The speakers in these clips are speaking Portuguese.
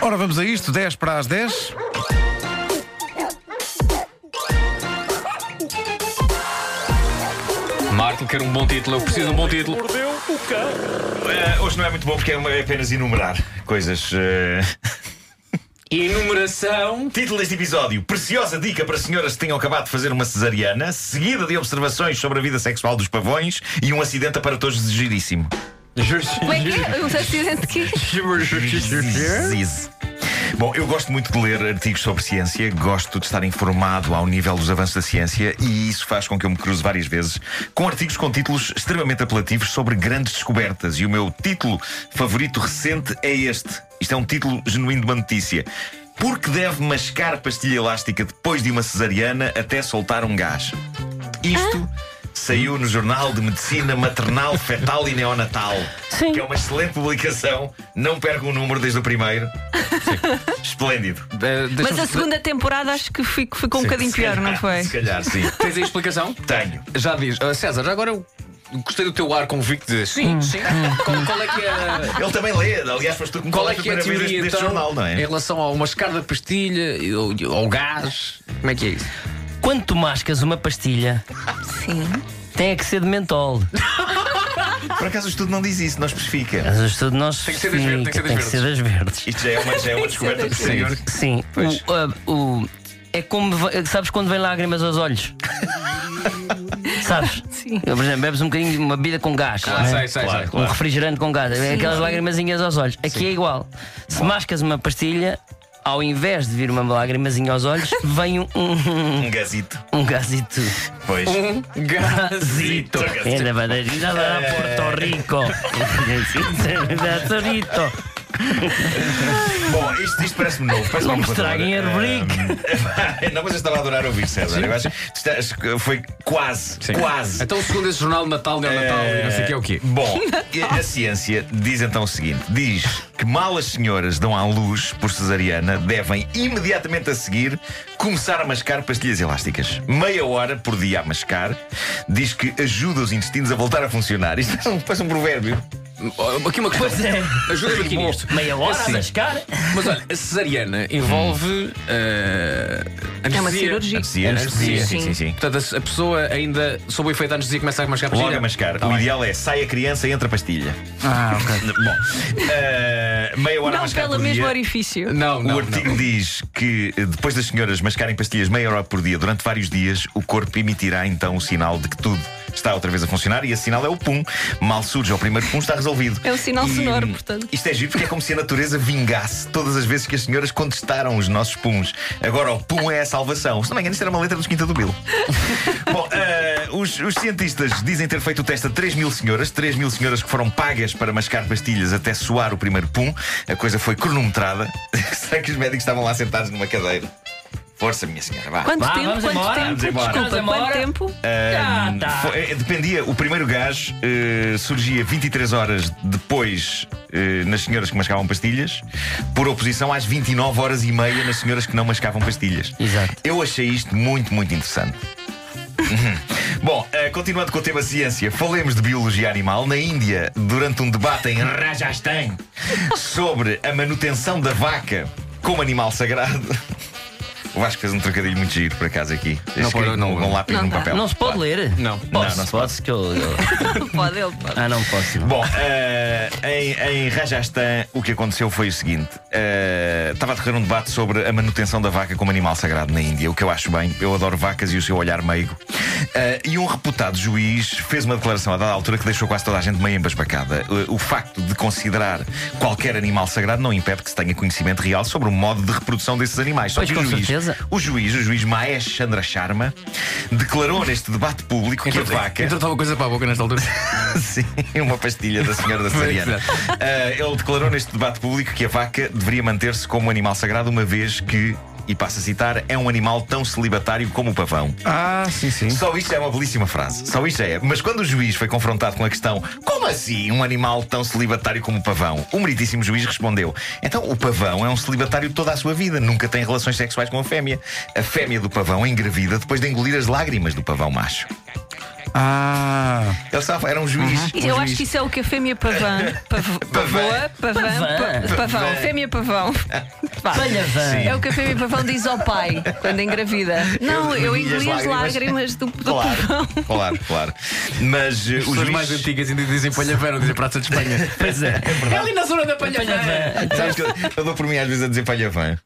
Ora, vamos a isto, 10 para as 10. Marco quer um bom título, eu preciso de um bom título. Mordeu o cão. Eh, hoje não é muito bom porque é uma- é apenas enumerar coisas. eh. Enumeração. Título deste episódio: Preciosa dica para senhoras que tenham acabado de fazer uma cesariana, seguida de observações sobre a vida sexual dos pavões e um acidente para todos de giríssimo. Como é que é? Um acidente que. Ziz. Bom, eu gosto muito de ler artigos sobre ciência, gosto de estar informado ao nível dos avanços da ciência e isso faz com que eu me cruze várias vezes com artigos com títulos extremamente apelativos sobre grandes descobertas. E o meu título favorito recente é este. Isto é um título genuíno de uma notícia. Por que deve mascar pastilha elástica depois de uma cesariana até soltar um gás? Isto saiu no Jornal de Medicina Maternal, Fetal e Neonatal, que é uma excelente publicação. Não perca o número desde o primeiro. Esplêndido. Mas a segunda temporada acho que fico- ficou um bocadinho pior, não foi? Se calhar, sim. Tens aí a explicação? Tenho. Já diz. Ah, César, já agora eu gostei do teu ar convicto de. Sim, sim. Qual, qual é que é. Ele também lê, aliás, foste tu que me Qual é falaste que é a primeira vez teoria deste, deste então, jornal, não em é? relação a uma escarda de pastilha e- ou, ou gás? Como é que é isso? Quando tu mascas uma pastilha, Sim. tem é que ser de mentol. Por acaso o estudo não diz isso, não especifica. Mas o estudo não Tem que ser das verdes, tem que ser das tem que ser das verdes. Isto já é uma, já é uma descoberta posterior. Sim. Pois. O, ah, o- é como. ve- Sabes quando vem lágrimas aos olhos? Sabes? Sim. Por exemplo, bebes um bocadinho de uma bebida com gás. Ah, não é? sei, sei, Claro, Um claro. refrigerante com gás, aquelas lagrimazinhas aos olhos. Aqui é igual. Se mascas uma pastilha, ao invés de vir uma lagrimazinha aos olhos, vem um, um, Um gasito. um gásito. Pois. sei. Gásito. É da bandeira da Porto Rico. Torito. Bom, isto, isto parece-me novo. Parece Não me estraguem a rubrica. não, mas eu estava a adorar ouvir, César. Eu acho, tu estás- foi quase, quase. Então, segundo esse jornal de Natal, Neonatal, e não sei o que é o quê? Bom, a ciência diz então o seguinte: diz que mal as senhoras dão à luz por cesariana, devem imediatamente a seguir começar a mascar pastilhas elásticas. Meia hora por dia a mascar, diz que ajuda os intestinos a voltar a funcionar. Isto parece um, parece um provérbio. Oh, Aqui uma questão. Ajuda-me aqui nisto. É assim, Meia hora a mascar? Mas Hum. olha, a cesariana envolve. eh, anestesia. É uma cirurgia. Anestesia, anestesia, sim, sim, sim. Portanto, a- a pessoa ainda, sob o efeito da anestesia, começa a mascar pastilha. Logo a mascar. Tá o bem. ideal é sai a criança e entra a pastilha. Ah, ok. Bom, eh, meia hora a Não mascar pelo por mesmo dia. orifício. Não, não. o artigo diz que eh, depois das senhoras mascarem pastilhas meia hora por dia durante vários dias, o corpo emitirá então o sinal de que tudo está outra vez a funcionar e esse sinal é o pum. Mal surge ao primeiro pum, está resolvido. É um sinal E, sonoro, hum, portanto. Isto é giro porque é como se a natureza vingasse todas as vezes que as senhoras contestaram os nossos puns. Agora o pum é a salvação. Se não me engano, isto era uma letra dos Quinta do Bill. Bom, eh, os, os cientistas dizem ter feito o teste a 3 mil senhoras, 3 mil senhoras que foram pagas para mascar pastilhas até soar o primeiro pum. A coisa foi cronometrada. Será que os médicos estavam lá sentados numa cadeira? Força, minha senhora, vá. Quanto Vá, tempo? vamos Quanto embora. tempo? Vamos embora. Desculpa, Vamos quanto embora. tempo? Ah, tá. Foi- eh, dependia, o primeiro gás eh, surgia 23 horas depois eh, nas senhoras que mascavam pastilhas, por oposição às 29 horas e meia nas senhoras que não mascavam pastilhas. Exato. Eu achei isto muito, muito interessante. Uhum. Bom, eh, continuando com o tema ciência, falemos de biologia animal. Na Índia, durante um debate em Rajasthan sobre a manutenção da vaca como animal sagrado. O Vasco fez um trocadilho muito giro, por acaso, aqui. Não Escrito pode- não- com um lápis não num dá. papel. Não se pode ler? Não. Posso, Não, não se posso que eu, eu- Pode, ele pode. Ah, não posso. não. Bom, eh, em, em Rajasthan o que aconteceu foi o seguinte: eh, estava a decorrer um debate sobre a manutenção da vaca como animal sagrado na Índia, o que eu acho bem. Eu adoro vacas e o seu olhar meigo. Eh, e um reputado juiz fez uma declaração a dada altura que deixou quase toda a gente meio embasbacada. Eh, o facto de considerar qualquer animal sagrado não impede que se tenha conhecimento real sobre o modo de reprodução desses animais. Só Pois, que o com juiz, certeza. o juiz, o juiz Mahesh Chandra Sharma, declarou neste debate público que a vaca. Entra uma coisa para a boca nesta altura. Sim, uma pastilha da senhora da Sariana. Exato. Ah, ele declarou neste debate público que a vaca deveria manter-se como um animal sagrado, uma vez que, e passo a citar, é um animal tão celibatário como o pavão. Ah, sim, sim. Só isto é uma belíssima frase. Só isto é. Mas quando o juiz foi confrontado com a questão como assim um animal tão celibatário como o pavão? O meritíssimo juiz respondeu: Então, o pavão é um celibatário toda a sua vida, nunca tem relações sexuais com a fêmea. A fêmea do pavão engravida depois de engolir as lágrimas do pavão macho. Ah, Ele estava, era um juiz. um Eu acho juiz. que isso é o que a fêmea pavã. Pavô, pavã, Pavã. pavão, pavão. Fêmea pavão. Vá. Palhavã. É o que a fêmea pavão diz ao pai quando engravida. Não, eu, engoli engoli as as lágrimas do, do pavão. Claro, claro, claro. As Mas eh, o pessoas juiz. mais antigas ainda dizem palhavã, não dizem praça de Espanha. Pois é. É ali na zona da palhavã. Palhavã. Sabes que eu, eu dou por mim às vezes a dizer palhavã.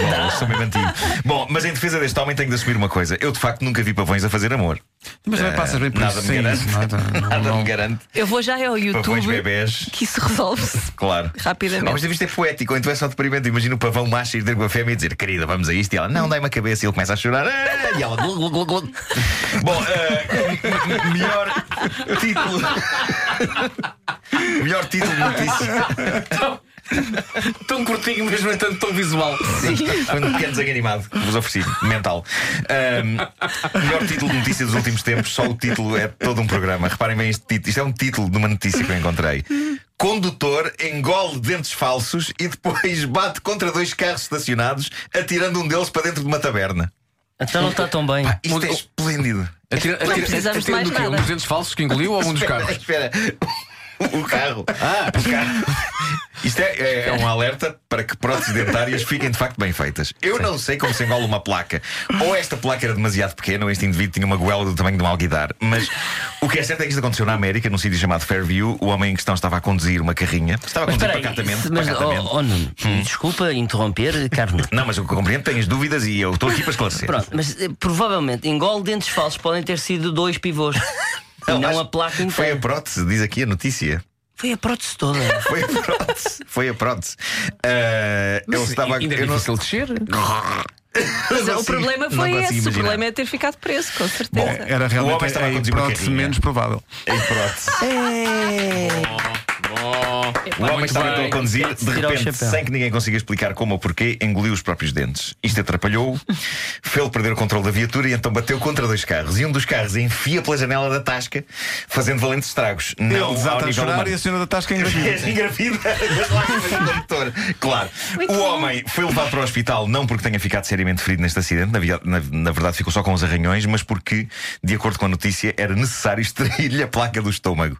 Bom, eu sou meio antigo. Bom, mas em defesa deste homem tenho de assumir uma coisa. Eu de facto nunca vi pavões a fazer amor. Eh, mas também passas bem por É, Nada isso me sem garante. isso, não é? Não- Nada não- me garante. Eu vou já ao Pavões YouTube bebés, que isso resolve-se claro. Ah, mas rapidamente. deve ter poético, ou então é só deprimente. Imagina o pavão macho ir ter com a fêmea e dizer, querida, vamos a isto. E ela, não, dá-me a cabeça. E ele começa a chorar. "Ah", E ela, glu, glu, glu, glu. Bom, eh, melhor título. melhor título de notícia. Tão curtinho, mas no entanto tão visual. Foi um pequeno desenho animado que vos ofereci, mental. Ahm, melhor título de notícia dos últimos tempos, só o título é todo um programa. Reparem bem este título. Isto é um título de uma notícia que eu encontrei. Condutor engole dentes falsos e depois bate contra dois carros estacionados, atirando um deles para dentro de uma taberna. Então não está tão bem. Isto é esplêndido. Atira, atira, precisamos de atira mais do quê? nada. Um dos dentes falsos que engoliu ou um dos espera, carros? espera. O carro. Ah, o carro. Isto é, é- é um alerta para que próteses dentárias fiquem de facto bem feitas. Eu não sei como se engola uma placa. Ou esta placa era demasiado pequena, ou este indivíduo tinha uma goela do tamanho de um alguidar. Mas o que é certo é que isto aconteceu na América, num sítio chamado Fairview. O homem em questão estava a conduzir uma carrinha. Um tipo Estava a Mas conduzir espera aí, pacatamente. mas, pacatamente. oh, oh, Nuno, desculpa interromper, Carne. Não, mas eu compreendo, tenho as dúvidas e eu estou aqui para esclarecer. Pronto, mas eh, provavelmente engole dentes falsos podem ter sido dois pivôs. E Não, não, mas a placa inteira. Foi a prótese, diz aqui a notícia. Foi a prótese toda. Foi a prótese. Foi a prótese. Ah, eu estava Ainda é eu não- difícil descer. Mas Não o problema consigo- foi assim, não esse. consigo O imaginar. é um problema é ter ficado preso, com certeza. é? Era O homem realmente estava a a conduzir uma hipótese carrinha. menos provável. Em prótese. Ah, é? É. O Muito homem estava então bem. a conduzir, de tirar o repente, chapéu. sem que ninguém consiga explicar como ou porquê, engoliu os próprios dentes. Isto atrapalhou-o, fez-lhe perder o controle da viatura e então bateu contra dois carros. E um dos carros enfia pela janela da tasca, fazendo valentes estragos. Não Ele desata ao a nível chorar humano. e a senhora da Tasca engravida. É engravida das lágrimas do condutor. Claro. o homem foi levado para o hospital não porque tenha ficado seriamente ferido neste acidente, na, via- na- na verdade ficou só com os arranhões, mas porque, de acordo com a notícia, era necessário extrair-lhe a placa do estômago.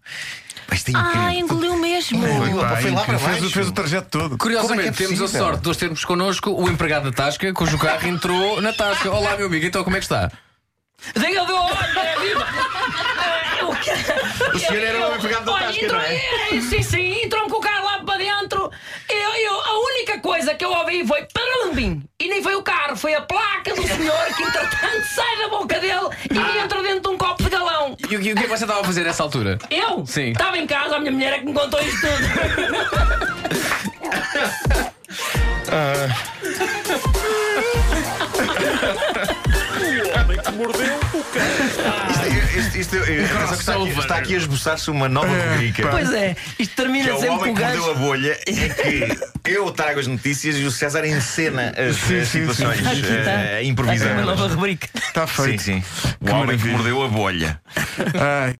Pá, Isto é incrível. Ah, engoliu mesmo. Pá, foi lá para fez, o- baixo. fez o trajeto todo. Curiosamente, Como é que é temos a possível? sorte de hoje termos connosco o empregado da Tasca, cujo carro entrou na Tasca. Olá, meu amigo, então como é que está? Diga do O senhor era o homem pegado da tasca, não é? Sim, sim, entram com o carro lá para dentro. Eu, eu, a única coisa que eu ouvi foi parambim. E nem foi o carro, foi a placa do senhor que entretanto sai da boca dele e Ah. entra dentro de um copo de galão. E o que, o que é que você estava a fazer nessa altura? Eu? Sim. Estava em casa, a minha mulher é que me contou isto tudo. Isto- é, Isto, isto- eu- atenção que está, aqui, está aqui a esboçar-se uma nova rubrica. Pois é, isto Que termina é o sempre com homem o que gajo. mordeu a bolha em que eu trago as notícias e o César encena as, Sim, as sim, sim. situações Aqui está. eh, Aqui É uma improvisadas. nova rubrica. Está Sim, é tá feito. sim. O Que homem que maravilha. mordeu a bolha. Ai.